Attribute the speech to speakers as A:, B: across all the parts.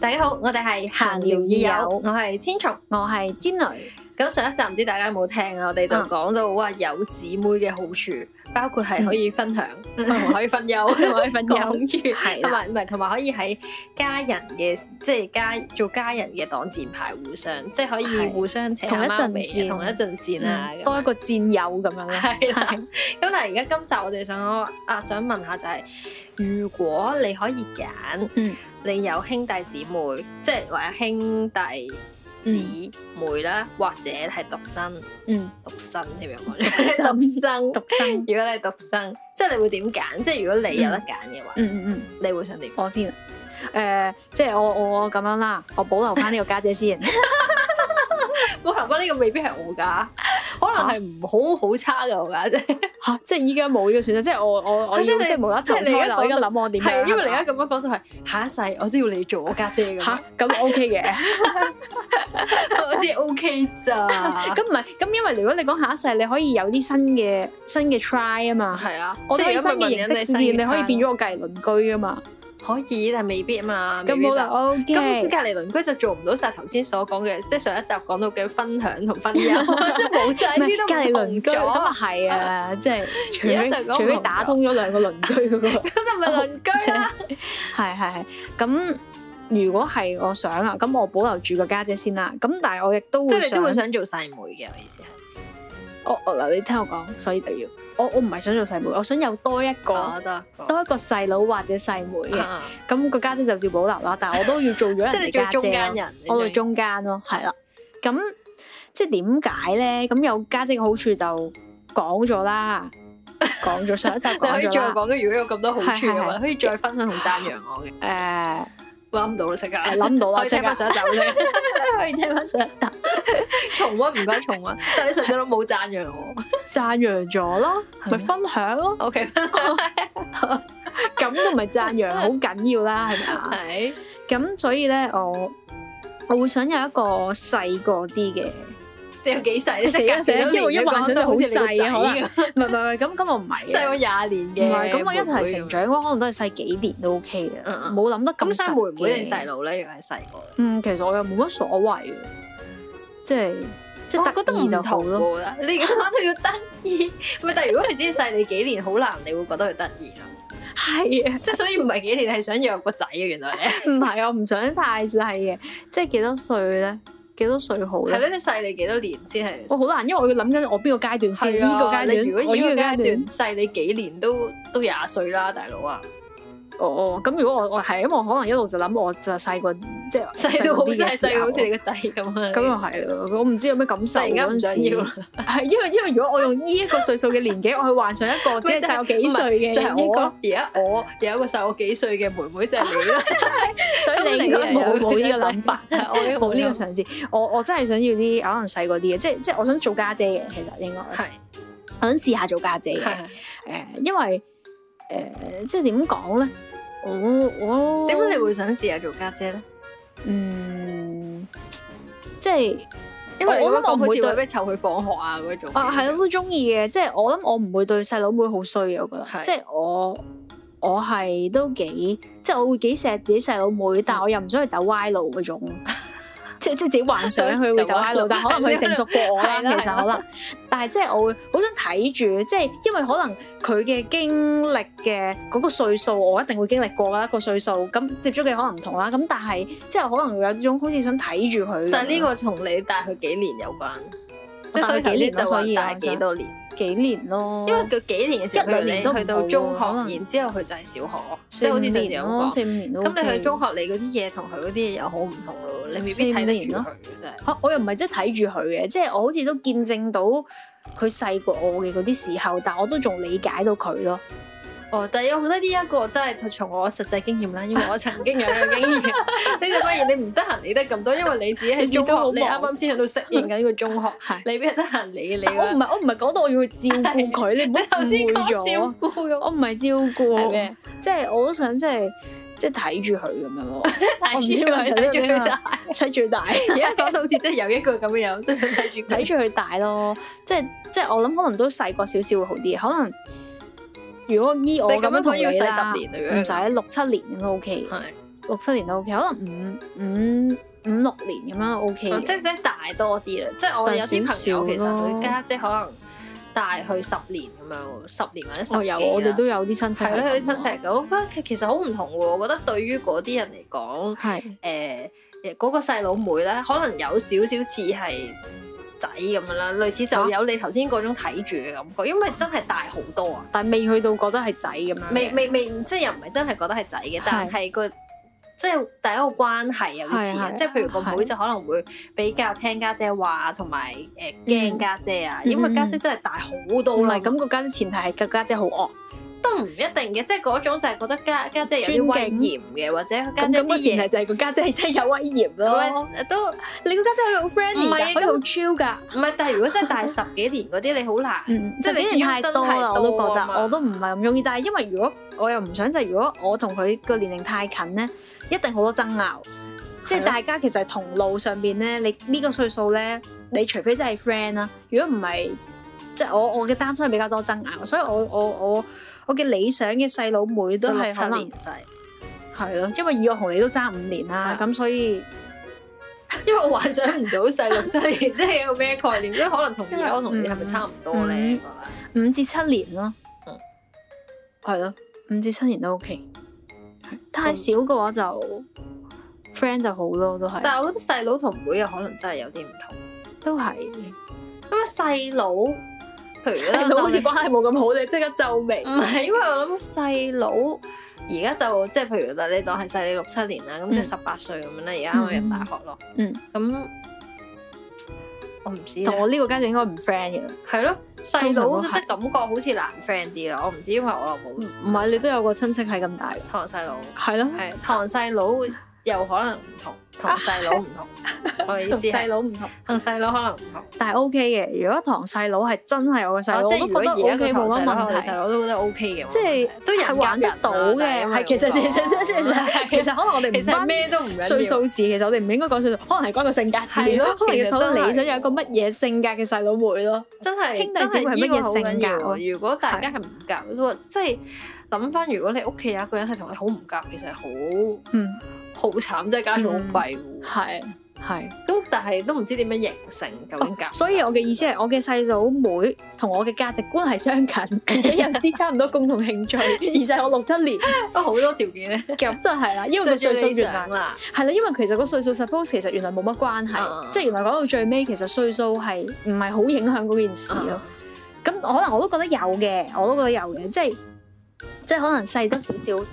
A: 大家好，我哋係閒聊
B: 閒
A: 二
B: 聊二
A: 友，
B: 友
A: 我係千松。
B: 我係煎女，
A: 咁上一集唔知大家有冇聽啊？我哋就
B: 嗯
A: 講到哇有姊妹嘅好處，包括係可以分享，同埋可以分憂，
B: 我係瞓
A: 講
B: 友，
A: 住，
B: 嗯係
A: 同
B: 啦
A: 埋唔係同埋可以喺家人嘅即係家做家人嘅擋箭牌，互相即係可以
B: 係
A: 互相扯
B: 同一
A: 下貓尾啊
B: 陣線嗯
A: 同一陣線啊，咁樣
B: 多一個戰友咁樣啦。
A: 係啦，咁但係而家今集我哋想講啊，想問下就係、如果你可以揀，
B: 嗯
A: 你有兄弟姊妹，即係或者兄弟姊妹啦，或者係獨生，
B: 嗯，
A: 獨生點樣 講？獨生，
B: 獨生，
A: 如果你係獨生，即係你會點揀？即係如果你有得揀嘅話，
B: 嗯嗯嗯，
A: 你會想點？
B: 我先，誒，即係我我咁樣啦，我保留翻呢個家 姐先，
A: 我頭翻呢個未必係我㗎，可能係唔好好差嘅我㗎啫。
B: 嚇，即係依家冇呢個選擇，即係我我我要
A: 啊即
B: 即
A: 係你
B: 係無啦啦
A: 即係
B: 投
A: 你而
B: 胎
A: 家
B: 啦，
A: 講
B: 我而家諗我點樣啊
A: 係，因為你
B: 係
A: 而
B: 嘛
A: 家咁樣講就係下一世我都要你做我家姐咁樣
B: 嚇，咁 OK 嘅。
A: 好似 OK 咋。
B: 咁唔係，咁因為如果你講下一世，你可以有啲新嘅新嘅 try 啊嘛，
A: 係啊，
B: 我
A: 即
B: 哋
A: 係
B: 有
A: 如
B: 新
A: 果
B: 嘅形
A: 問緊
B: 式
A: 新嘅
B: 先，你可以
A: friend
B: 變咗我隔離鄰居啊嘛，
A: 可以，但係未必啊嘛。
B: 咁冇啦
A: 啦。咁
B: ，OK
A: 隔。離鄰居就做唔到晒頭先所講嘅，即係上一集講到嘅分享同分憂， 即係冇
B: 唔
A: 晒呢
B: 係
A: 啲
B: 隔離
A: 都
B: 鄰
A: 唔
B: 居
A: 同
B: 咁
A: 咗，
B: 啊係啊，即係除非
A: 而家就講
B: 除非
A: 唔
B: 打
A: 同
B: 通咗兩個鄰居 嗰個，
A: 咁就咪鄰居啊啦。
B: 係係係。咁如果係我想啊，咁我保留住個家姐先啦。咁但係我亦都
A: 即
B: 會
A: 係你都
B: 想
A: 會，想做細妹嘅，我意思係。
B: 我我嗱你聽我講，所以就要我我唔係想做細妹，我想有多一個
A: 我得一個
B: 多一個細佬或者細妹嘅。
A: 啊
B: 咁個家姐就叫保留啦，但係我都要做咗人
A: 即係你
B: 哋
A: 做
B: 家
A: 中
B: 姐
A: 間
B: 咯。
A: 人，
B: 我做中間咯，係啦。咁即係點解咧？咁有家姐嘅好處就 講咗啦，講咗上一集
A: 你可
B: 講
A: 以再
B: 咗啦。
A: 講嘅，如果有咁多好處嘅
B: 係係
A: 話，
B: 係
A: 可以再分享同讚揚我嘅。
B: 誒
A: 諗唔到啦，即刻
B: 諗唔到 啦，
A: 可以
B: 即
A: 聽
B: 刻
A: 翻上一集咧，
B: 可以聽翻上一集，
A: 重温唔該重温。但係你上集都冇讚揚我。
B: 讚揚咗咯，
A: 係咩
B: 咪分享咯，
A: O K，
B: 咁都唔係讚揚，好緊要啦，係咪 啊？
A: 係
B: 咁所以咧，我我會想有一個細個 啲嘅，
A: 你有幾細咧？
B: 死啦死啦因為我一幻想就好細啊
A: 可能
B: 唔係唔係唔係，咁咁我唔係嘅
A: 細我廿
B: 唔
A: 年嘅。
B: 係，咁我一
A: 齊
B: 齊成。長，我可能都係細幾年都 OK 嘅，
A: 嗯嗯
B: 冇諗得
A: 咁
B: 咁
A: 細
B: 細
A: 妹妹定
B: 嘅
A: 細？佬咧？如果係細個，
B: 嗯，其實我又冇乜所謂嘅，即係即係得意就好咯。
A: 咯。你咁講到要得意，咪但係如果佢只係細你幾年，好難你會覺得佢得意啦。
B: 係啊，
A: 即係所以唔係幾年，係想養個仔嘅原來你
B: 唔係我唔想太細嘅，即係幾多歲咧？幾多歲好
A: 係咯，
B: 咧？
A: 你細你幾多年先
B: 我
A: 係？
B: 好難，因為我要諗緊我邊個階段先，
A: 係
B: 呢個
A: 啊，
B: 階
A: 你
B: 段，
A: 如果
B: 我
A: 依
B: 呢
A: 個
B: 個
A: 階
B: 階
A: 段，細你幾年都都廿歲啦，大佬啊！
B: 哦哦，咁如果我我係，因為我可能一路就諗我就細個，即係
A: 細到好
B: 個啲嘅
A: 細細
B: 時
A: 到
B: 候
A: 好似你個仔咁啊！
B: 咁又係咯，我唔知有咩感受
A: 突然間唔
B: 嗰陣
A: 想
B: 時
A: 要啦。
B: 係因為因為如果我用呢一個歲數嘅年紀，我去幻想一個即係啊細我幾歲嘅
A: 就係
B: 呢
A: 我
B: 個，
A: 而家我有一個細我幾歲嘅妹妹就係你啦，
B: 所以你應該冇冇呢個諗法，
A: 我應該
B: 冇呢個嘗試。我我真係想要啲可能細個啲嘅，即係即係我想做家姐嘅，其實應該
A: 係
B: 我想試下做家姐嘅。
A: 係
B: 誒，因為誒即係點講咧？我我
A: 點解你會想試下做家姐咧？
B: 嗯，即係
A: 因為你咁樣
B: 我我諗
A: 講
B: 我唔
A: 好
B: 會
A: 似
B: 對
A: 話俾湊佢放學啊嗰種
B: 啊係咯，都中意嘅。即係我諗我唔會對細佬妹好衰嘅，我覺得
A: 係。
B: 即係我我係都幾，即係我會幾錫自己細佬妹，但我又唔想去走歪路嗰種。 即即係自己幻想佢會走歪 路，但可能佢成熟過我啦，
A: 係
B: 其
A: 啦
B: 實可能。但係即係我會好想睇住，即係因為可能佢嘅經歷嘅嗰個歲數，我一定會經歷過啦，個歲數咁接觸嘅可能唔同啦。咁但係即係可能會有種好似想睇住佢咁樣。
A: 但係呢個同你大佢幾年有關，即係所以
B: 大佢幾年
A: 頭先就
B: 咯所
A: 話
B: 以
A: 大
B: 我
A: 幾多年，
B: 幾年咯，
A: 因為佢幾年嘅時候，譬
B: 一兩
A: 如
B: 年
A: 你
B: 都唔
A: 去到中學，
B: 好可能
A: 然之後佢就係小學，即
B: 四
A: 係
B: 五
A: 好似上次
B: 年
A: 有
B: 咯，
A: 講。
B: 四五年都 OK。
A: 咁你去中學，你嗰啲嘢同佢嗰啲嘢又好唔同咯，你未必睇得住佢嘅真係。
B: 啊，我又唔係真係睇住佢嘅，即係我好似都見證到佢細過我嘅嗰啲時候，但我都仲理解到佢咯。
A: 哦，但係我覺得呢一個真係從我實際經驗啦， 因為我曾經有呢個經驗，你就發現你唔得閒理得咁多，因為你自己喺中
B: 你自己都好忙
A: 學，你啱啱先喺度適應緊個中學，
B: 係，
A: 你邊有得閒理你
B: 但我唔
A: 啊？
B: 係我唔係講到我要去照顧 佢，你唔
A: 你
B: 好
A: 頭先
B: 誤會
A: 講照
B: 咗。
A: 顧咁，
B: 我唔係照顧，
A: 係咩？
B: 即係我都想即係即係睇住佢咁樣咯，
A: 睇
B: 我唔知啊
A: 住
B: 我
A: 佢，
B: 成
A: 睇住
B: 日都
A: 佢
B: 咁樣
A: 大。
B: 睇住佢大，
A: 而家講到好似真係有一個咁嘅樣，即係想睇住
B: 睇
A: 佢。
B: 住佢大咯。即係即係我諗可能都細個少少會好啲，可能如果依我
A: 你咁樣
B: 咁樣同
A: 講要
B: 你啦
A: 細十，年啊，如果
B: 唔使六七年咁都 OK。
A: 係
B: 六七年都 OK，可能五五五六年咁樣 OK
A: 哦
B: 嘅。
A: 即係即係大多啲啦，即係我有啲朋友其實
B: 大少少咯
A: 佢家姐可能大佢十年咁樣喎，十年或者十
B: 我
A: 幾
B: 哦
A: 啊
B: 有，
A: 啦
B: 我哋都有啲親戚
A: 係咯，有啲親
B: 咁
A: 戚
B: 啊
A: 係咁，佢其其實好唔同喎。我覺得對於嗰啲人嚟講，
B: 係
A: 誒誒嗰個細佬妹咧，可能有少少似係仔咁樣啦，類似就
B: 啊
A: 有你頭先嗰種睇住嘅感覺，因為真係大好多啊！
B: 但係未去到覺得係仔咁樣嘅。
A: 未未未，即係又唔係真係覺得係仔嘅，但係個即係第一個關係有啲似
B: 係
A: 啊，
B: 係
A: 即係譬如個妹
B: 係
A: 就可能會比較聽家姐話，同埋誒驚家姐啊，
B: 嗯
A: 因為家姐真係大好
B: 唔
A: 多啦，
B: 係咁個間前提係個家姐好惡，
A: 都唔一定嘅，即係嗰種就係覺得家家姐有啲
B: 尊敬
A: 威嚴嘅，或者家
B: 咁
A: 姐
B: 咁個
A: 啲
B: 前
A: 嘢
B: 提就係個家姐係真係有威嚴咯。
A: 喂都 唔
B: 你個家姐可以好
A: 唔係啊
B: friendly 㗎，可以
A: 咁
B: 好 chill 㗎。
A: 係，但係如果真係大十幾年嗰啲，你好難。
B: 嗯，
A: 即
B: 即
A: 係
B: 係
A: 你
B: 呢
A: 始終
B: 啲太
A: 真
B: 多
A: 係
B: 啦，我都
A: 多啊
B: 覺
A: 嘛
B: 得我都唔係咁中意。但係因為如果我又唔想就係如果我同佢個年齡太近咧，一定好多爭拗。即
A: 係
B: 係
A: 咯
B: 大家其實係同路上邊咧，你呢個歲數咧，你除非真係 friend 啦，如果唔係，即係我我嘅擔心係比較多爭拗，所以我我我我嘅理想嘅細佬妹都
A: 都
B: 係
A: 係七
B: 可能
A: 年制，
B: 係咯，因為以我同你都爭五年啦，
A: 係
B: 咁所以
A: 因為我幻想唔到細 六七年，即係有個咩概念？即係可能同而家我同你係咪差唔多咧？我
B: 嗯
A: 覺得
B: 五至七年咯
A: 嗯，
B: 係咯，五至七年都 OK。太少嘅話就 friend 就好咯，都係
A: 但係我覺得細佬同妹又可能真係有啲唔同，
B: 都係。
A: 因為細佬，譬如咧
B: 細佬好似關係嗯冇咁好，你即刻皺眉
A: 唔。係，因為我諗細佬而家就即係譬如啦，你當係細你六七年啦，咁即係
B: 嗯
A: 十八歲咁樣啦，而家啱啱入大學咯，
B: 嗯，
A: 咁我唔知呢
B: 同我呢個家姐應該唔 friend 嘅，
A: 係咯，細佬
B: 通常都
A: 即
B: 係
A: 係感覺好似難 friend 啲啦，我唔知，因為我又冇
B: 唔係你都有個親戚係咁大嘅，
A: 堂細佬，
B: 係咯，
A: 係堂細佬又可能唔同，堂細佬唔同，我嘅意
B: 同
A: 思
B: 細
A: 係
B: 佬唔同，
A: 同細佬可能唔同。
B: 但係 OK 嘅。如果堂細佬係真係我嘅細
A: 哦
B: 佬，
A: 即
B: 我
A: 係
B: 都
A: 如果
B: 覺得
A: 而家
B: OK
A: 佢
B: 冇
A: 堂細
B: 乜
A: 佬我
B: 問
A: 哋細
B: 題。
A: 佬都覺得 OK 嘅，
B: 即係
A: 都
B: 係
A: 人
B: 玩得到嘅，啊係其實其實其實 其
A: 實
B: 實可能我哋
A: 其
B: 唔
A: 實
B: 關
A: 咩都唔緊要
B: 歲數事，其實我哋唔應該講歲數，可能係關個性格事
A: 係咯
B: 可能
A: 其實
B: 要討
A: 真係
B: 論你想有一個乜嘢性格嘅細佬妹咯。
A: 真係
B: 兄弟姊妹係乜嘢性格啊
A: 真係呢個好緊要。如果大
B: 係
A: 家係唔夾，都話即係諗翻，如果你屋企有一個人係同你好唔夾，其實係好
B: 嗯，
A: 好慘，即係家嘈好貴嘅喎。
B: 係係。
A: 咁但係都唔知點樣形成究竟夾唔夾。
B: 嗯哦所以我嘅意思係，我嘅細佬妹同我嘅價值觀係相近，而 且有啲差唔多共同興趣，而就係我六七年
A: 都好多條件咧，啊
B: 咁就係啦，因為
A: 就
B: 個
A: 最
B: 歲數
A: 理
B: 原
A: 想
B: 來
A: 啦。
B: 係啦，因為其實個歲數 suppose 其實原來冇乜關係，
A: 嗯
B: 即係原來講到最尾其實歲數係唔係好影響嗰件事咯。咁可能我都覺得有嘅，我都覺得有嘅，即係即係可能細多少少誒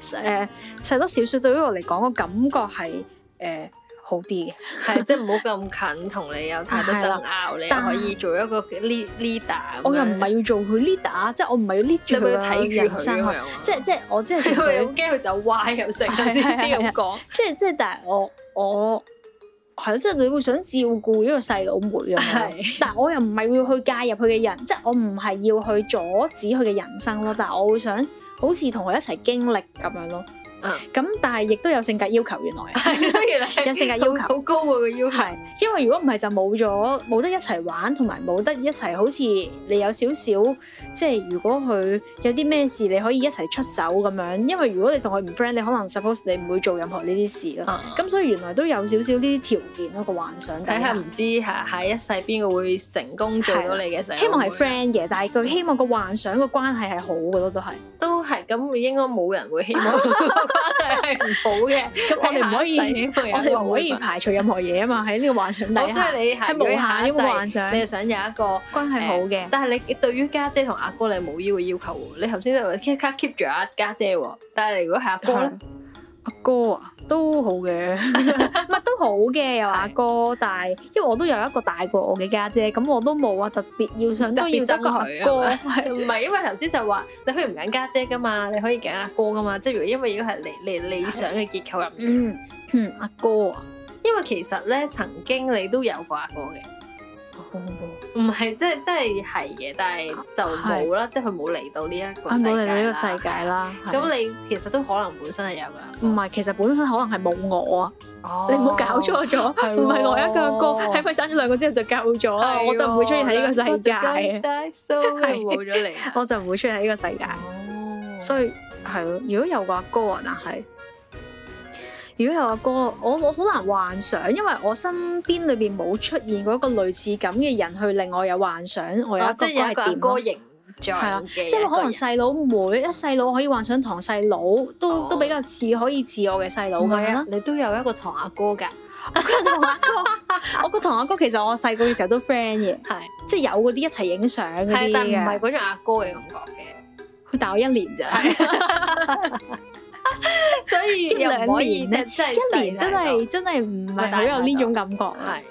B: 誒細多少少對於我嚟講個感覺係誒、呃好啲嘅，
A: 係即係唔好咁近，同你有太多
B: 係
A: 爭
B: 啦
A: 拗，你又
B: 但
A: 可以做一個 lead- leader 咁樣。
B: 我又唔係要做佢 leader，即係我啊唔係要 lead 住
A: 你咪
B: 佢
A: 要睇
B: 嘅
A: 住
B: 人
A: 佢咁
B: 生
A: 樣
B: 啊，
A: 啊。
B: 即係即係我 即係純
A: 佢又
B: 粹
A: 好驚佢走歪又成，頭
B: 係
A: 先先咁
B: 係係
A: 講。
B: 即係即係，但係我我係咯，即係你會想照顧呢個細佬妹咁樣咯
A: 係，
B: 但係我又唔係要去介入佢嘅人，即係我唔係要去阻止佢嘅人生咯，但係我會想好似同佢一齊經歷咁樣咯
A: 嗯。
B: 咁但係亦都有性格要求，原來
A: 係咯， 原來係
B: 有性格要求
A: 好好高喎個要求。
B: 係，因為如果唔係就冇咗冇得一齊玩，同埋冇得一齊好似你有少少即係如果佢有啲咩事，你可以一齊出手咁樣。因為如果你同佢唔 friend，你可能 suppose 你唔會做任何呢啲事咯。
A: 咁
B: 咁所以原來都有少少呢啲條件咯，個幻想底
A: 睇下
B: 下。
A: 唔知下下一世邊個會成功做到你嘅細佬妹
B: 希望係 friend 嘅，但係佢希望個幻想個關係係好嘅咯，都係。
A: 都係咁，應該冇人會希 望 關係係唔好嘅。
B: 咁我哋唔可以，我哋唔可以
A: 我
B: 排除任何嘢 啊嘛，喺呢個幻想底
A: 所
B: 下
A: 以你係
B: 係無限呢個幻想
A: 你係想有一個。
B: 關係好嘅。
A: 但係你對於家姐同阿哥你冇呢個要求喎，你頭先就話 keep keep 住阿家姐喎，但係如果係阿哥咧，
B: 阿哥啊，都好嘅， 唔係都好嘅，有阿哥，但係因為我都有一個大過我嘅家姐，咁我都冇話特別要想
A: 特
B: 都
A: 別
B: 要得個阿
A: 憎佢
B: 哥，
A: 唔係因為頭先就話你可以唔揀家姐噶嘛，你可以揀阿哥噶嘛，即係如果因為如果係你你理想嘅結構入面。
B: 嗯嗯，阿哥啊，
A: 因為其實咧，曾經你都有掛過嘅，唔係即係即係係嘅，但係就冇啦，即係佢冇嚟到呢一個
B: 啊，
A: 世
B: 冇
A: 界
B: 嚟到呢個
A: 啦
B: 世界。啦，係
A: 咁你其實都可能本身係有噶，
B: 唔係，其實本身可能係冇我啊，
A: 哦
B: 你唔好搞錯咗，
A: 係
B: 唔係我一個
A: 喎
B: 阿哥，喺佢生咗兩個之後就夠咗啦，
A: 係
B: 我就唔會出現喺呢個世界
A: 喎
B: 嘅， 係
A: 冇咗你啊。
B: 我就唔會出現喺呢個世界，
A: 哦
B: 所以係咯，如果有個阿哥啊，但係如果有阿哥，我我好難幻想，因為我身邊裏邊冇出現過一個類似咁嘅人去令我有幻想，我有一
A: 哦，
B: 個
A: 即係
B: 哥
A: 有一個阿
B: 係點
A: 哥
B: 咯。
A: 形
B: 係啊
A: 象嘅一個人，
B: 即係可能細佬妹一細佬可以幻想堂細佬，都、
A: 哦
B: 都比較似可以似我嘅細佬
A: 唔
B: 咁
A: 係
B: 樣
A: 啊
B: 啦，。
A: 你都有一個堂阿哥 㗎，
B: 我個堂阿哥其實我細個嘅時候都 friend 嘅，
A: 係
B: 即係有嗰啲一齊影相 嗰
A: 係啊
B: 啲，
A: 但唔係
B: 嘅，
A: 嗰種阿哥嘅感覺嘅。
B: 但我一年咋。
A: 所以又唔可以
B: 一兩年咧
A: 真係
B: 一年真係真係唔係好有呢種感覺啦。
A: 係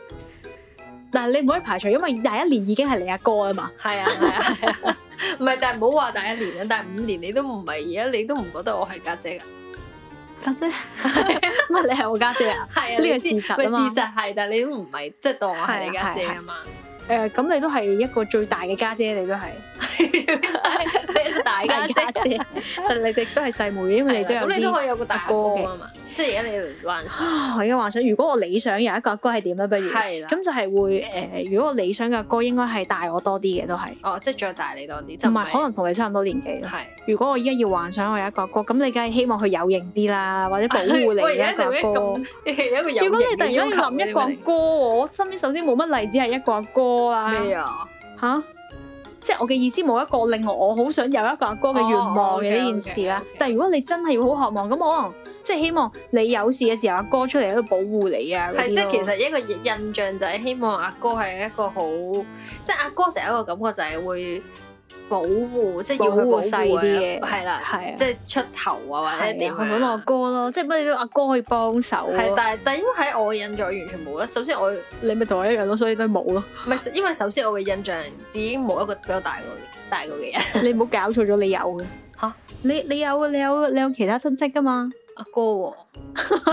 B: 但係你唔可以排除，因為第一年已經係你阿哥啊嘛。
A: 係 啊係啊係啊，唔係但係唔好話第一年啦，啊但係五年你都唔係而家你都唔覺得我係家姐㗎，
B: 家姐， 乜你係我家姐啊？
A: 係啊
B: 呢個
A: 你知
B: 事實啊
A: 喂
B: 嘛
A: 事實係，但係你都唔係即係當我係你家姐啊嘛，
B: 誒、咁你都係一個最大嘅家姐，你都係
A: 你一個大家姐。
B: 啊
A: 啊
B: 姐， 但你哋都係細妹，因為你都有
A: 咁你都
B: 啲。
A: 可以有個大哥啊嘛，即係而家你幻想
B: 啊我而家幻想，如果我理想有一個阿哥係點 啊咧？不如
A: 係啦
B: 咁就係會誒、如果我理想嘅阿哥應該係大我多啲嘅，都係
A: 哦，即係再大你多啲，就
B: 同埋可能同你差唔多年紀咯。
A: 係
B: 如果我依家要幻想我有一個阿哥，咁你梗係希望佢有型啲啦，或者 保護你
A: 我而
B: 嘅
A: 家
B: 一個
A: 做咩
B: 阿哥。
A: 咁有一個有
B: 如果你
A: 型
B: 突
A: 嘅
B: 然間
A: 要
B: 要
A: 求
B: 諗一個阿哥，我身邊首先冇乜例子係一個阿哥啊。
A: 咩啊？
B: 吓？即係我嘅意思冇一個令我好想有一個阿哥嘅願望嘅
A: 哦
B: 呢件事啦
A: OK，OK，OK。
B: 但係如果你真係要好渴望，咁可能即係希望你有事嘅時候，阿哥出嚟喺度保護你啊。嗰
A: 係
B: 啲
A: 即係其
B: 咯
A: 實一個印象就係希望阿哥係一個好，即係阿哥成日有一個感覺就係會保護，即係要去
B: 保護
A: 護
B: 細啲嘅
A: 係啦，
B: 係啊，
A: 即係出頭啊或者
B: 係
A: 點
B: 啊，我揾我阿
A: 樣。
B: 哥咯，即係乜嘢都阿哥可以幫手咯。
A: 係，但係但係因為喺我嘅印象完全冇啦。首先我唔
B: 你咪同我一樣咯，所以都冇咯。
A: 係因為首先我嘅印象已經冇一個比我大過嘅大過嘅人。
B: 你唔好搞錯咗，你有嘅
A: 吓
B: 你你有嘅，你有嘅你有其他親戚噶嘛？
A: 阿哥喎，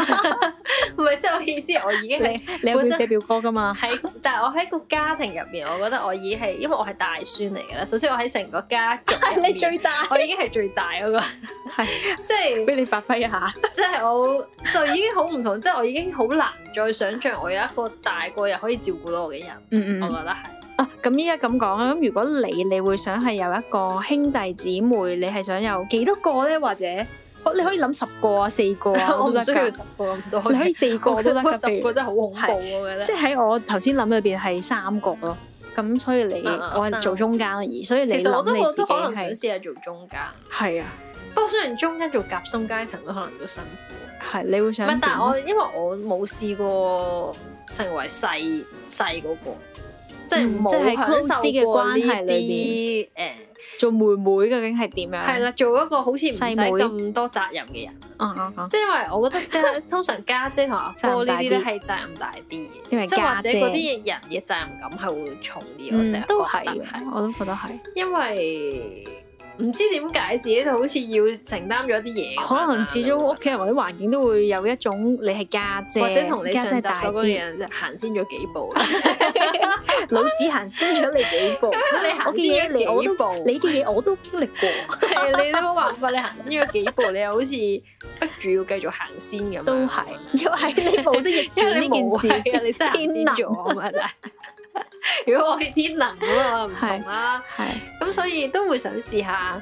A: 唔係即係我意思，我已經係
B: 你你有
A: 本
B: 表
A: 身
B: 姐表哥噶嘛？
A: 喺，但係我喺個家庭入面，我覺得我已係因為我係大孫嚟嘅啦。首先我喺成個家族入面
B: 你最大，
A: 我已經係最大嗰、個，
B: 係
A: 即係
B: 俾你發揮一下。
A: 即係我就已經好唔同，即係我已經好難再想像我有一個大個又可以照顧到我嘅人，
B: 嗯
A: 我覺得係
B: 啊，咁依家咁講啊，咁如果你你會想係有一個兄弟姊妹，你係想有幾多個咧？或者可你可以諗十個啊、四個啊
A: 我
B: 都
A: 唔
B: 得
A: 需要
B: 㗎
A: 十，個咁多
B: 你可
A: 嘅，
B: 以四個都得
A: 我
B: 㗎。
A: 覺得
B: 譬
A: 十個
B: 如
A: 真係好恐怖，我覺得。
B: 即
A: 即係
B: 係喺我頭先諗裏邊係三個咯，咁所以你
A: 啊啊
B: 我係做中間而，所以你
A: 其實我
B: 諗
A: 都
B: 你
A: 我
B: 自己
A: 都可能想
B: 係
A: 試下做中間，
B: 係啊
A: 不過雖然中間做夾心階層都可能都辛苦，
B: 係，你會
A: 唔
B: 想
A: 係但
B: 點啊
A: 係我因為我冇試過成為細細嗰個，即係
B: 嗯
A: 冇
B: 即係
A: 享
B: close
A: 受
B: 啲嘅
A: 過
B: 關係
A: 呢
B: 裏邊
A: 啲誒。
B: 做妹妹究竟係點樣？
A: 係啦，做一個好似唔使
B: 啊細妹
A: 咁多責任嘅人，
B: 啊啊啊！
A: 即係因為我覺得家通常家姐同阿哥呢啲咧
B: 責
A: 係
B: 任大
A: 責任大啲嘅，
B: 因為
A: 即係
B: 家
A: 或者
B: 姐
A: 嗰啲人嘅責任感係會重啲，我成日覺
B: 嗯
A: 得，
B: 都係嘅
A: 係，
B: 我都覺得係，
A: 因為唔知點解自己好似要承擔咗啲嘢咁樣啦，
B: 可能始終屋企人或者環境都會有一種你係家姐，
A: 或者同你
B: 家
A: 上
B: 姐
A: 集
B: 大
A: 所講
B: 啲
A: 嘅。啊人行先咗幾步啦，
B: 老子行先咗你幾步，
A: 你
B: 我
A: 行
B: 嘅嘢
A: 先
B: 你我
A: 咗幾
B: 都
A: 步，
B: 你嘅嘢我都經歷 過，
A: 係你都冇辦法，你行先咗幾步，你又好似逼住要繼續行先咁樣，
B: 都 係，因為你冇得逆
A: 因為
B: 轉
A: 你
B: 呢件事，
A: 啊，你真係行先咗啊嘛！但係 如果我係天能咁啊，我唔同啦。
B: 係
A: 咁所以都會想試下，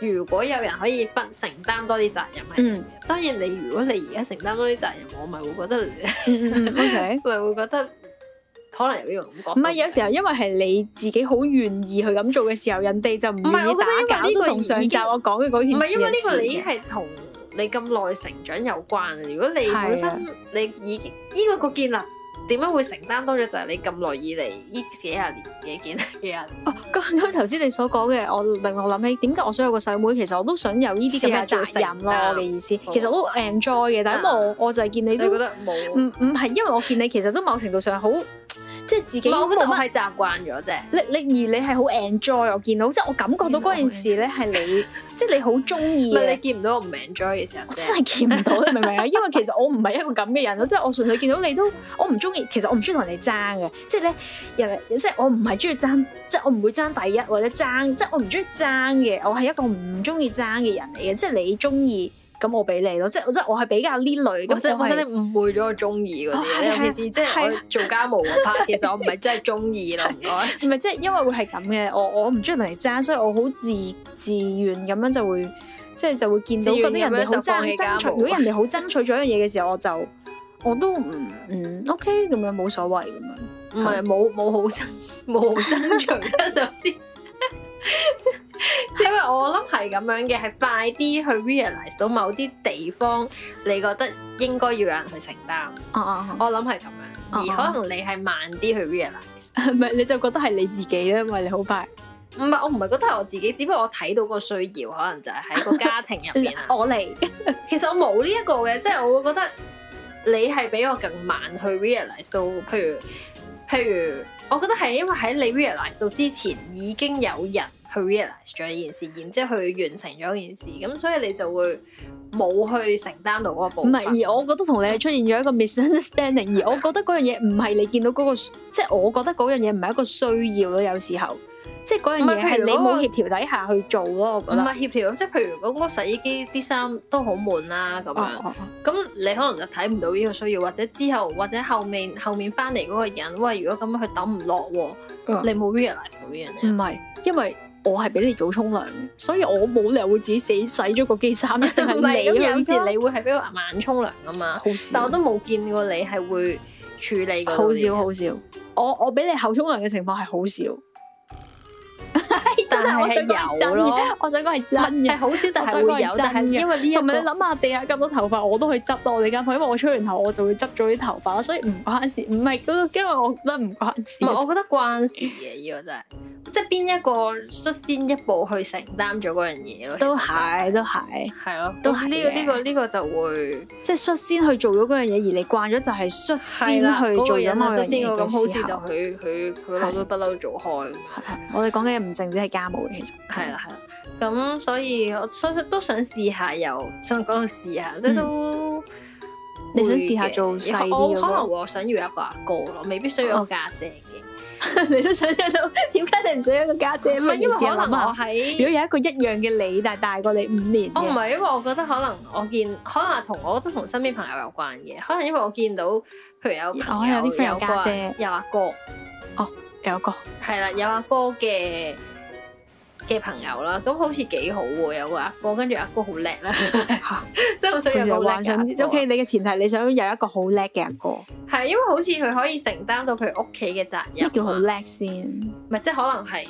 A: 如果有人可以分承擔多啲責任係點嘅。
B: 嗯
A: 當然你如果你而家承擔多啲責任，我咪會覺得你，
B: 嗯嗯嗯，OK。
A: 咪會覺得可能有呢種感覺。
B: 唔係有時候，因為係你自己好願意去咁做嘅時候，人哋就唔
A: 唔係
B: 願
A: 我
B: 意
A: 覺得因為
B: 打攪，
A: 呢個
B: 都同上集我講嘅嗰
A: 唔
B: 件
A: 係
B: 事
A: 因為呢個你已
B: 似
A: 經係同你咁耐成長有關。如果你
B: 係啊
A: 本身你已經呢個個建立。點解會承擔多咗？就係你咁耐以嚟呢幾廿年嘅建幾廿年，
B: 哦咁咁頭先你所講嘅，我令我諗起點解我想有個細妹，其實我都想有呢啲咁嘅責任咯。我嘅意思，其實我都 enjoy 嘅，但係因為我我就係見你
A: 啊你
B: 都
A: 覺
B: 唔
A: 得冇？
B: 唔係，因為我見你其實都某程度上好，即係自己
A: 唔係，我覺得
B: 冇
A: 我
B: 乜
A: 係習慣咗啫。
B: 你你而你係好 enjoy，我見到即係我感覺到嗰件事咧係你，即係你好中
A: 嗯唔
B: 意
A: 係你
B: 嘅。
A: 見唔到我唔 enjoy 嘅時候
B: 我真
A: 啫。
B: 係見唔到，你明唔明啊？因為其實我唔係一個咁嘅 人咯，即係我純粹見到你都，我唔中意，其實我唔中意同人哋爭嘅，即係咧人哋，即係我唔係中意爭，即係我唔會爭第一或者爭，即係我唔中意爭嘅，我係一個唔中意爭嘅人嚟嘅，即係你中意咁我俾你咯，即係即係我係比較呢類
A: 或
B: 咁
A: 者
B: 我
A: 或者
B: 係
A: 你誤會咗我中意嗰
B: 哦係
A: 啲，
B: 啊
A: 尤其是即係
B: 係
A: 我做家務嗰 part，其實我唔係 真係中意咯，唔該。
B: 唔係即係因為會係咁嘅，我我唔中意同人哋爭，所以我好自自願咁樣就會即係就會見到
A: 自
B: 嗰
A: 願
B: 啲人哋好
A: 咁樣就放
B: 爭
A: 棄
B: 爭
A: 家務
B: 取，如果人哋好爭取咗一樣嘢嘅時候，我就我都唔唔 OK 咁樣冇所謂咁樣。
A: 唔係冇冇好爭 冇好爭取啦，首先。 因為我諗係咁樣嘅，係快啲去 realize 到某啲地方，你覺得應該要有人去承擔。
B: 啊啊，
A: 我諗係咁樣，
B: 啊
A: 而可能你係慢啲去 realize。
B: 係咪你就覺得係你自己咧？因為你好快，
A: 唔係，我唔係覺得係我自己，只不過我睇到個需要，可能就係喺個家庭入邊 啊。
B: 我嚟。
A: 其實我冇呢一個嘅，即係我會覺得你係比我更慢去 realize 到，譬如譬如，我覺得係因為喺你 realize 到之前已經有人去 realize 咗呢件事，然之後去完成咗件事，咁所以你就會冇去承擔到嗰個部分。
B: 唔係，而我覺得同你係出現咗一個 misunderstanding，而我覺得嗰樣嘢唔係你見到嗰、個，即係我覺得嗰樣嘢唔係一個需要咯，有時候，即係嗰樣
A: 唔係
B: 嘢
A: 譬
B: 係
A: 如
B: 你
A: 嗰個
B: 冇協調底下去做咯，我覺
A: 唔
B: 得。哦
A: 係協調，即係譬如嗰個洗衣機啲衫都好悶啦，咁樣。
B: 哦
A: 咁你可能就睇唔到呢個需要，或者之後或者後面後面翻嚟嗰個人，喂，如果咁樣佢抌唔落喎，
B: 嗯
A: 你冇 realize 到呢樣嘢，
B: 唔係，因為我係俾你早沖涼嘅，所以我冇理由會自 己死洗咗個機衫，一定係
A: 唔係咁
B: 你
A: 有
B: 去
A: 時
B: 你
A: 你會係比較慢沖涼噶嘛，
B: 好少，
A: 但我都冇見過你係會處理嗰
B: 嗯好
A: 啲
B: 少
A: 嘢，
B: 好少，我我俾你後沖涼嘅情況係好少，
A: 但
B: 我
A: 係
B: 想講
A: 係
B: 真
A: 有咯，
B: 嘅，我想講係真嘅
A: 係。好少，但
B: 我想
A: 係
B: 講
A: 會有
B: 係，真
A: 但係
B: 嘅
A: 因為呢一
B: 同埋你
A: 個
B: 諗下地下咁多頭髮，我都去執咯。我哋間房，因為我吹完頭我就會執咗啲頭髮，所以唔關事。唔係嗰個，因為我覺得唔關事
A: 唔。係，我覺得關事嘅呢個真係，即係邊一個率先一步去承擔咗嗰樣嘢咯，
B: 都係都係，
A: 係咯，
B: 都
A: 都
B: 係
A: 係呢個
B: 嘅
A: 呢個呢個就會。
B: 即係率先去做咗嗰樣嘢，而你慣咗就係率先
A: 係啦，
B: 去
A: 嗰
B: 做
A: 個
B: 咗
A: 人
B: 某
A: 啊
B: 樣
A: 首先
B: 嘢
A: 我咁好似
B: 嘅
A: 就
B: 時候。
A: 佢佢佢嬲都不嬲做開咁樣，
B: 係我哋講嘅唔淨止係家務嘅，其實
A: 係啦係啦。咁所以我想都想試下又想講到試下，即係都
B: 嗯你想
A: 會
B: 試下
A: 嘅
B: 做細啲哦
A: 我
B: 嗰
A: 可
B: 個
A: 能我想要一個阿哥咯，未必需要一個家姐嘅。
B: 你都想喺度，點解你唔想有一個家姐？
A: 唔係因為可能我
B: 如果
A: 喺。哦
B: 有一個一樣嘅你，但係大過你五年
A: 我唔
B: 嘅，
A: 係，因為我覺得可能我見，可能係同我都同身邊朋友有關嘅，可能因為我見到，譬如有
B: 我
A: 朋
B: 哦有
A: 友
B: 啲 friend 有
A: 個
B: 家姐
A: 有阿哥，
B: 有一個
A: 係啦，有阿哥嘅嘅朋友啦，咁好似幾好喎，有個阿哥，跟住阿哥好叻啦，
B: 嚇
A: 即係好想
B: 佢
A: 有
B: 就
A: 個好
B: 幻
A: 叻嘅
B: 想
A: 阿哥。啊
B: O K，你嘅前提你想有一個好叻嘅阿哥，
A: 係因為好似佢可以承擔到譬如屋企嘅責任
B: 咩
A: 啊，
B: 叫好叻先？
A: 唔係即係可能係誒，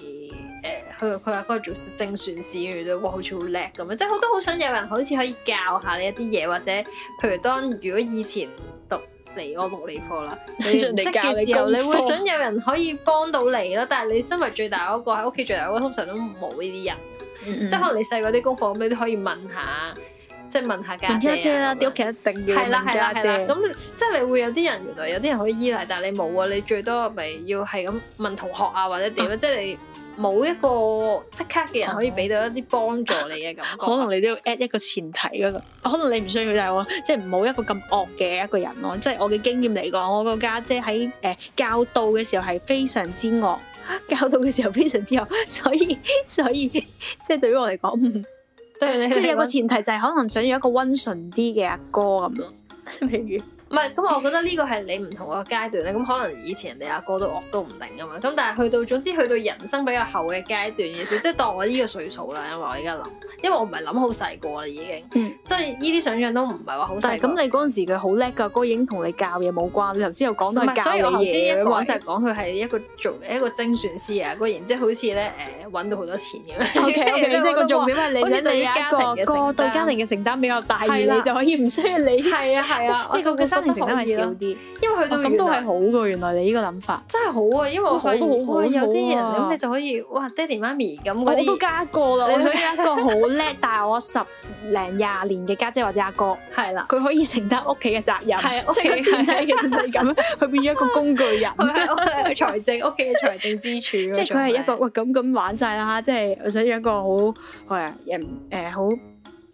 A: 佢佢阿哥做精算師嘅啫，哇，好似好叻咁樣，即係我都好想有人好似可以教下你一啲嘢，或者譬如當如果以前讀理我讀理科啦， 你唔識
B: 人哋教你
A: 嘅時候，
B: 功
A: 你會
B: 課
A: 想有人可以幫到你咯，但係你身為最大嗰個喺屋企最大嗰個，通常都冇呢啲人。
B: 即
A: 即係可能你細個啲功課咁，你都可以問下，即係問下家
B: 問
A: 姐
B: 家姐啦，
A: 啊咁樣
B: 啲屋企一定要
A: 係啦
B: 問
A: 係啦
B: 家
A: 係啦，
B: 姐。
A: 咁即係你會有啲人原來有啲人可以依賴，但係你冇啊，你最多咪要係咁問同學啊或者點啊，即係你冇一個即刻嘅人可以俾到一啲幫助你嘅感覺。啊
B: 可能你都要 at 一個前提嗰個，可能你唔需要，但係我即係唔好一個咁惡嘅一個人咯。即係我嘅經驗嚟講，我個家姐喺誒教導嘅時候係非常之惡， 教導嘅時候非常之惡，所以 所以即係對於我嚟講，嗯
A: 對你
B: 即係有個
A: 嚟講
B: 前提就係可能想要一個温順啲嘅阿哥咁咯。 譬如
A: 唔係咁，我覺得呢個係你唔同個階段咧。咁可能以前人哋阿哥都惡都唔定噶嘛。咁但係去到總之去到人生比較後嘅階段嘅時，即係當我呢個歲數啦，因為我而家諗，因為我唔係諗好細個啦已經。
B: 嗯
A: 即係呢啲想像都唔係話好細個。
B: 但係咁你嗰陣時佢好叻㗎，哥已經同你教嘢冇關。你頭先又講到
A: 唔
B: 係
A: 係，所以
B: 教
A: 我頭
B: 你
A: 先一
B: 嘢
A: 講
B: 喎，
A: 就係講佢係一個做一個精算師啊，個然之後好似咧誒揾到好多錢咁樣。
B: O K O K，即係個重點係你
A: 好似
B: 想你
A: 對
B: 有
A: 於家
B: 一
A: 庭
B: 個
A: 嘅
B: 個
A: 承
B: 對
A: 擔
B: 家庭嘅承擔比較大，而
A: 係啦
B: 你就可以唔需要你，
A: 係啊係啊，我
B: 即係
A: 就
B: 個
A: 覺
B: 家
A: 得
B: 庭承擔
A: 可以
B: 係少
A: 咯。
B: 啲。
A: 因為去到
B: 哦咁都
A: 原
B: 係
A: 來
B: 好嘅，原來你呢個諗法。
A: 真係好啊，因為我發現
B: 我都好
A: 哇有啲人
B: 好好啊
A: 咁你就可以哇爹哋媽咪咁
B: 我
A: 嗰
B: 都
A: 啲
B: 加過啦，我
A: 你
B: 想有一個好叻，但係我十零廿年嘅家姐或者阿哥，
A: 係啦。
B: 佢可以承擔屋企嘅責任，
A: 係屋
B: 即
A: 企
B: 係個前提嘅前提咁， 佢變咗一個工具人。
A: 佢係我係財政屋企嘅財政支柱嗰種，
B: 即係佢係一個喂咁咁玩晒啦，即係我想有一個好誒誒好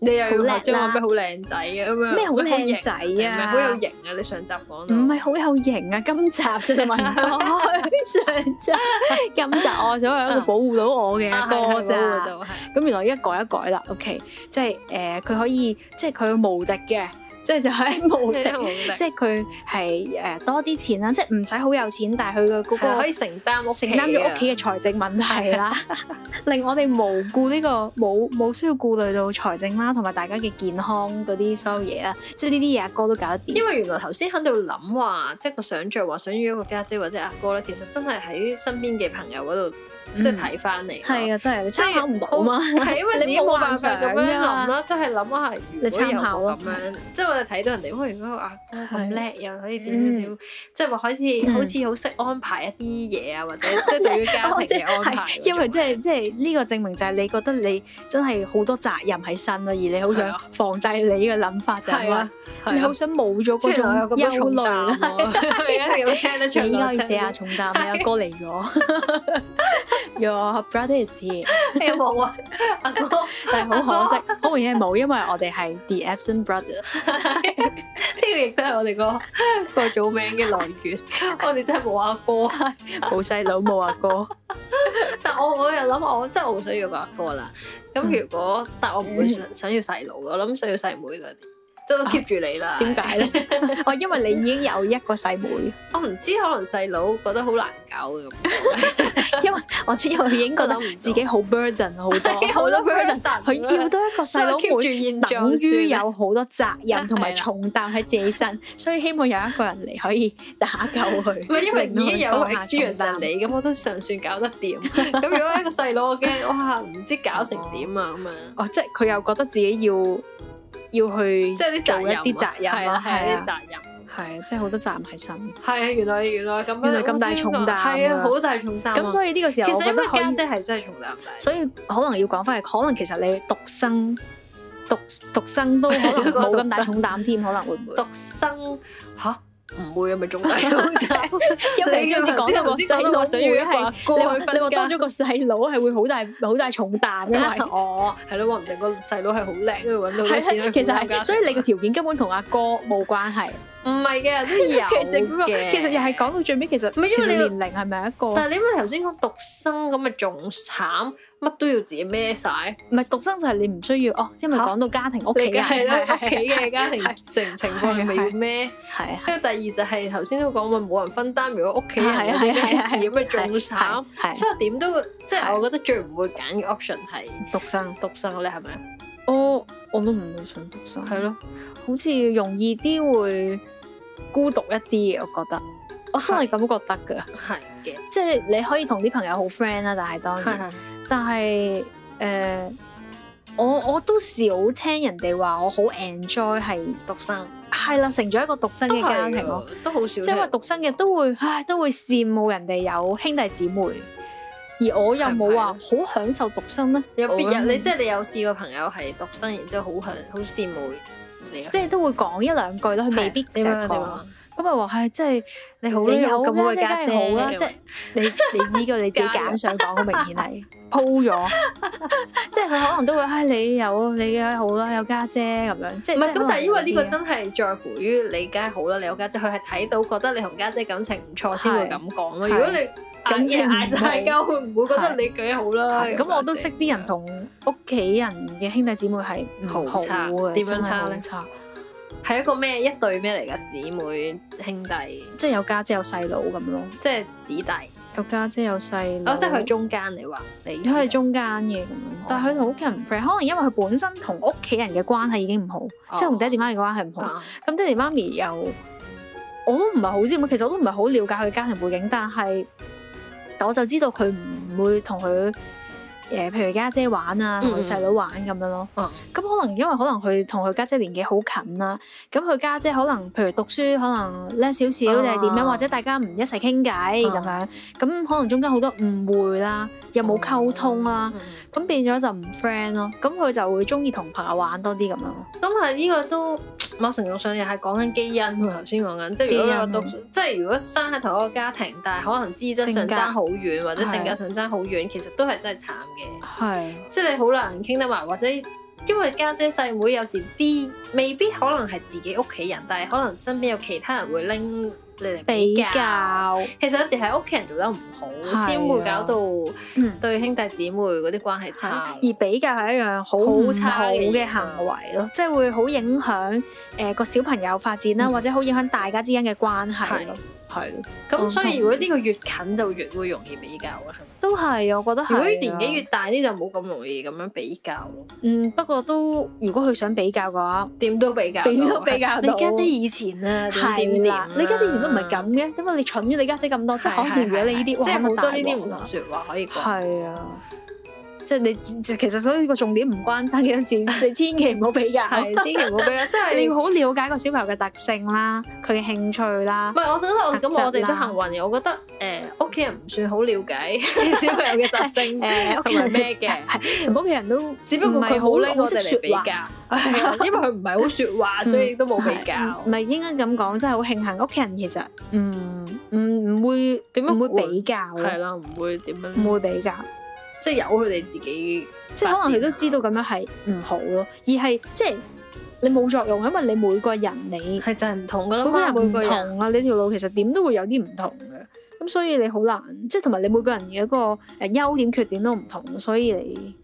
A: 你又要
B: 好叻
A: 話將我
B: 啦
A: 咩好靚仔啊咁樣，
B: 咩好靚仔
A: 型
B: 啊，
A: 咪好有型啊！你上集講到
B: 唔係好有型啊！今集就問 我上集，今集我想有一個保護到我嘅
A: 啊係
B: 歌
A: 係嗰個
B: 咋。
A: 就係
B: 呃咁原來一改一改啦，OK，即係誒佢可以即係佢無敵嘅，即係就係無力
A: 真係。啊無力
B: 即係佢係誒多啲錢啦，即係唔使好有錢，但係佢嘅嗰
A: 係啊
B: 個
A: 可以承擔屋
B: 承擔咗屋
A: 嘅
B: 企嘅財政問題啦，
A: 啊
B: 令我哋無顧呢、個冇冇需要顧慮到財政啦，同埋大家嘅健康嗰啲所有嘢啦，即係呢啲嘢阿哥都搞得掂
A: 因。為原來頭先喺度諗話，即係個想像話想要一個家姐或者阿哥咧，其實真係喺身邊嘅朋友嗰度即係睇翻嚟。
B: 嗯係啊，真係你
A: 即係
B: 參考唔到嘛。
A: 係因為自己冇辦法咁樣啊諗
B: 你冇幻想㗎
A: 啦，都係諗下
B: 你
A: 如果有
B: 參考
A: 個
B: 咯
A: 咁樣，即係我哋睇到人哋，喂，如果個阿哥咁叻，又可以點
B: 嗯
A: 點點，即係話好似
B: 嗯
A: 好似好識安排一啲嘢啊，或 者即係對於家庭嘅安排嗰
B: 係
A: 種，
B: 因為即係即係呢個證明就係你覺得你真係好多責任喺身啦，而你好
A: 係
B: 想
A: 啊
B: 防制你嘅諗法就係
A: 係
B: 啦
A: 啊，，
B: 你
A: 係
B: 好
A: 啊，
B: 想冇咗
A: 即
B: 嗰
A: 係
B: 種
A: 我有咁
B: 憂
A: 多重擔
B: 慮 啦。
A: 喎， 係啊，咁聽得出
B: 你應該
A: 咯
B: 去寫
A: 真
B: 下
A: 係
B: 重擔，你阿哥嚟咗 ，Your brother is here，
A: 有冇啊？阿哥，呢
B: 但係好可惜，好明顯係冇，因為我哋係 "Ờ, the absent brother。
A: 個亦都係我哋個個組名嘅來 源，我哋真係冇阿哥。
B: 冇細佬冇阿哥，
A: 但我我又諗，我真係好想要個阿哥啦。咁如果，但我唔會 想想要細佬，我諗想要細妹嗰啲，即係都 keep 住你啦。
B: 點？解咧？哦，因為你已經有一個細妹，
A: 我唔知，可能細佬覺得好難搞嘅咁。
B: 因為我知因為佢已經覺得自己好 burden 好多
A: 係
B: 好多
A: 好多
B: burden，
A: burden
B: 佢要多一個細佬
A: 所以我 keep
B: 妹。
A: 住現
B: 等
A: 狀
B: 於
A: 算啦
B: 有好多責任同
A: 係
B: 埋
A: 啦
B: 重擔喺自己身，所以希望有一個人嚟可以打救佢。
A: 唔係因為已經有
B: 令佢放下重
A: experience
B: 擔
A: 係你，咁我都尚算搞得 掂。咁如果一個細佬，我驚哇唔知搞成點啊咁啊！
B: 哦，即係佢又覺得自己要要去，
A: 即係啲
B: 做
A: 責
B: 一
A: 任啊，
B: 啲責任
A: 係
B: 啦
A: 啦，係
B: 係
A: 啊
B: 啊
A: 啲責任。
B: 係即係好多責任喺身。
A: 係啊，原來原來咁樣，
B: 原來咁大重擔啊
A: 係啊，好大重擔啊。
B: 咁所以呢個時
A: 其
B: 候，我
A: 實
B: 覺
A: 因
B: 得
A: 為
B: 可
A: 家
B: 以，
A: 姐係真係重擔大。
B: 所以可能要講翻係，可能其實你獨生獨獨生都可能
A: 嗰 個
B: 冇咁
A: 獨
B: 大重擔添，可能會唔會？
A: 獨生吓，唔會啊，咪仲 大好
B: 因為
A: 你
B: 你好似
A: 頭
B: 講
A: 先
B: 到個
A: 頭先講
B: 細
A: 到
B: 佬
A: 話想要一個
B: 會
A: 阿
B: 係
A: 哥
B: 你話
A: 去分
B: 你話多
A: 家
B: 咗個細佬係會好大好大重擔，因 為。
A: 哦，係咯，話唔定個細佬係好叻，跟住揾到啲錢
B: 係
A: 去
B: 啊，其實
A: 負擔家
B: 係，所以你嘅條件根本同阿哥冇關係。
A: 唔係嘅都 有
B: 其實嗰個
A: 嘅，
B: 其實又係講到最尾，其實
A: 係因為
B: 其實
A: 你
B: 年齡係咪一個？
A: 但係你咪頭先講獨生咁咪仲慘，乜都要自己孭晒。
B: 唔係獨生就係你唔需要哦，因為
A: 嚇
B: 講到家庭屋企
A: 你
B: 人
A: 梗係啦，
B: 係
A: 屋企嘅家庭
B: 係
A: 情情況你咪要孭。
B: 係
A: 跟住第二就係頭先都講話冇人分擔，如果屋企人
B: 係
A: 有啲
B: 啊係
A: 咩
B: 啊係啊
A: 事咁咪仲慘。
B: 係
A: 所以我點都即係
B: 係
A: 我覺得最唔會揀嘅 option 係
B: 獨生，
A: 獨生咧，係咪啊？
B: 我我都唔會想獨生，
A: 係咯，
B: 好似容易啲會孤獨一啲嘅，我覺得。我真係咁覺得㗎，
A: 係嘅，
B: 即係你可以同啲朋友好 friend 啦，但係當
A: 係
B: 然，
A: 係。
B: 但係誒、呃我我都少聽人哋話我好 enjoy 係
A: 獨生
B: 係啦，成咗一個獨生嘅家庭咯，，
A: 都好少。
B: 即係話獨生嘅都會， 唉，都會羨慕人哋有兄弟姊妹，而我又冇話好享受獨生咧。
A: 有別人，
B: 我
A: 你即係你有試過朋友係獨生，然之後好享好羨慕你啊，
B: 即係都會講一兩句咯，佢未必
A: 點
B: 成
A: 啊點
B: 講。
A: 啊？
B: 咁咪話唉，即係
A: 你好啦
B: 你
A: 有
B: 有
A: 咁好
B: 啦，
A: 嘅
B: 即係
A: 家姐
B: 梗係好啦，即係你 你呢個你自己
A: 加油
B: 揀想講，好明顯係鋪 咗。即係佢可能都會唉，你有你嘅好啦，有家姐咁樣。即係
A: 唔係
B: 即係
A: 咁，但係因為呢個
B: 可能有啲
A: 真係在乎於你梗係好啦，你有家姐，佢係睇到覺得你同家姐感情唔錯先會咁講咯。
B: 係
A: 如果你
B: 感情唔
A: 嗌晒交，佢唔會覺得
B: 係
A: 你幾好啦。
B: 係咁我都識啲人同屋企人嘅兄弟姊妹係唔好
A: 好差
B: 嘅，
A: 點樣
B: 真係
A: 差
B: 好
A: 咧
B: 差
A: 係一個咩一對咩嚟㗎？姊妹兄弟，
B: 即係有家姐有細佬咁咯，
A: 即係姊弟。
B: 有家姐有細佬。
A: 哦，即係佢係中間，你話你
B: 佢係中間嘅咁樣，但係佢同屋企人唔 friend，可能因為佢本身同屋企人嘅關係已經唔好，
A: 哦
B: 即係同爹哋媽咪嘅關係唔好。
A: 啊
B: 咁爹哋媽咪又我都唔係好知點解，其實我都唔係好了解佢嘅家庭背景，但係我就知道佢唔會同佢誒，譬如家姐玩啊，同
A: 嗯
B: 佢細佬玩咁樣咯。咁、
A: 哦
B: 可能因為可能佢同佢家姐年紀好近啦，咁佢家姐可能譬如讀書可能叻少少定係點樣，
A: 哦
B: 或者大家唔一齊傾偈咁樣，咁可能中間好多誤會啦，又冇溝通啦。
A: 嗯
B: 咁變咗就唔 friend 咯，咁佢就會中意同朋友玩多啲咁樣咯。
A: 咁係呢個都某程度上又係講緊基因喎，頭先講緊，即係如果你話讀
B: 基啊
A: 即係如果生喺同一個家庭，但係可能資質
B: 性
A: 上
B: 格
A: 爭好遠，或者
B: 係
A: 性格上爭好遠，其實都係真係慘嘅，
B: 係，
A: 即係你好難傾得埋，或者因為家姐細妹有時啲未必可能係自己屋企人，但係可能身邊有其他人會拎你嚟比
B: 比
A: 較。
B: 較，
A: 其實有時係屋企人做得唔
B: 係啊
A: 好，先會搞到
B: 嗯，
A: 對兄弟姊妹嗰啲關係差
B: 而。比較係一啊樣好唔好嘅行為咯，即係會好影響誒個小朋友發展啦，
A: 嗯
B: 或者好影響大家之間嘅關係咯，係咯，
A: 咁所以如果呢個越近就越會容易比較啦。係咪
B: 都係，我覺得係
A: 如
B: 啊。
A: 果年紀越大啲就冇咁容易咁樣比較咯，
B: 嗯，不過都如果佢想比較嘅話，
A: 點都比較到，
B: 點都比較到
A: 你家姐以前啊，點點
B: 係
A: 點
B: 啦
A: 啊，，
B: 你家姐以前都唔係咁嘅，因為你蠢咗你家姐咁多，即係可能如果你呢啲，
A: 即
B: 哇
A: 係好多呢啲唔
B: 咁啊大鑊
A: 同
B: 啦
A: 説話可以講。
B: 係啊，即係你其實所以個重點唔關爭幾多事，你千祈唔好比較。
A: 係，千祈唔好比啊較，即係
B: 你
A: 你
B: 要好了解個小朋友嘅特性啦，佢嘅興趣啦
A: 唔，係，我覺得我
B: 特質啦
A: 咁我哋都幸運嘅。我覺得誒屋企人唔算好了 解小朋友嘅特性
B: 誒
A: 同埋咩 嘅，
B: 同屋企人都
A: 只不過佢好拎我哋嚟 比較，係
B: 唔
A: 啊 因為佢唔係好説話，
B: 嗯
A: 所以都冇比
B: 係
A: 較
B: 唔。係應該咁講，真係好慶幸屋企人其實唔唔唔會
A: 點樣
B: 唔會
A: 管
B: 比較，
A: 係啦，唔會點
B: 唔
A: 樣，
B: 會比較，
A: 即係由佢哋自己
B: 即係可能佢都知道咁樣係唔好咯，而係即係你冇作用，因為你每個人你
A: 係就係唔同噶啦
B: 每個
A: 嘛，
B: 人
A: 每
B: 唔
A: 個人
B: 同啊，你條路其實點都會有啲唔同嘅。咁所以你好難，即係同埋你每個人嘅一個誒優點缺點都唔同，所以你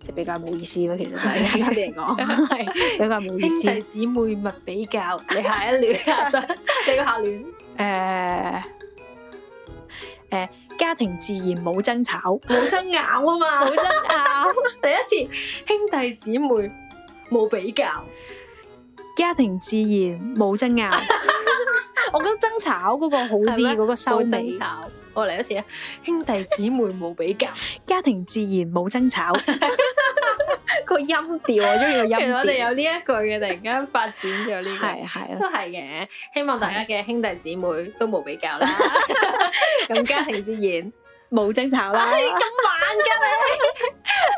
B: 即係比較冇意思咯。其實 就係簡單啲嚟講，係 比較冇意
A: 兄
B: 思。
A: 弟
B: 誒、
A: 姊妹勿比較。 你下一戀下 得，你個下戀
B: 誒家庭自然冇爭吵，
A: 冇爭拗啊嘛，
B: 冇爭拗，
A: 第一次兄弟姊妹冇比較。
B: 家庭自然冇爭拗。我覺得爭吵嗰個好
A: 係咩
B: 啲，嗰個收
A: 冇
B: 尾
A: 爭。吵。我嚟一次啊！兄弟姊妹冇比 較，
B: 家庭自然冇爭 吵。個音調我中意個音
A: 其實我哋
B: 調，
A: 有呢一句嘅，突然間發展咗呢個。
B: 係係啦。
A: 都係嘅，希望大家嘅兄弟姊妹都冇比 較啦。 咁家庭自然，
B: 冇爭吵啦。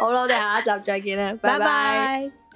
A: 好啦，我哋下一集再見啦，拜拜。
B: 拜拜。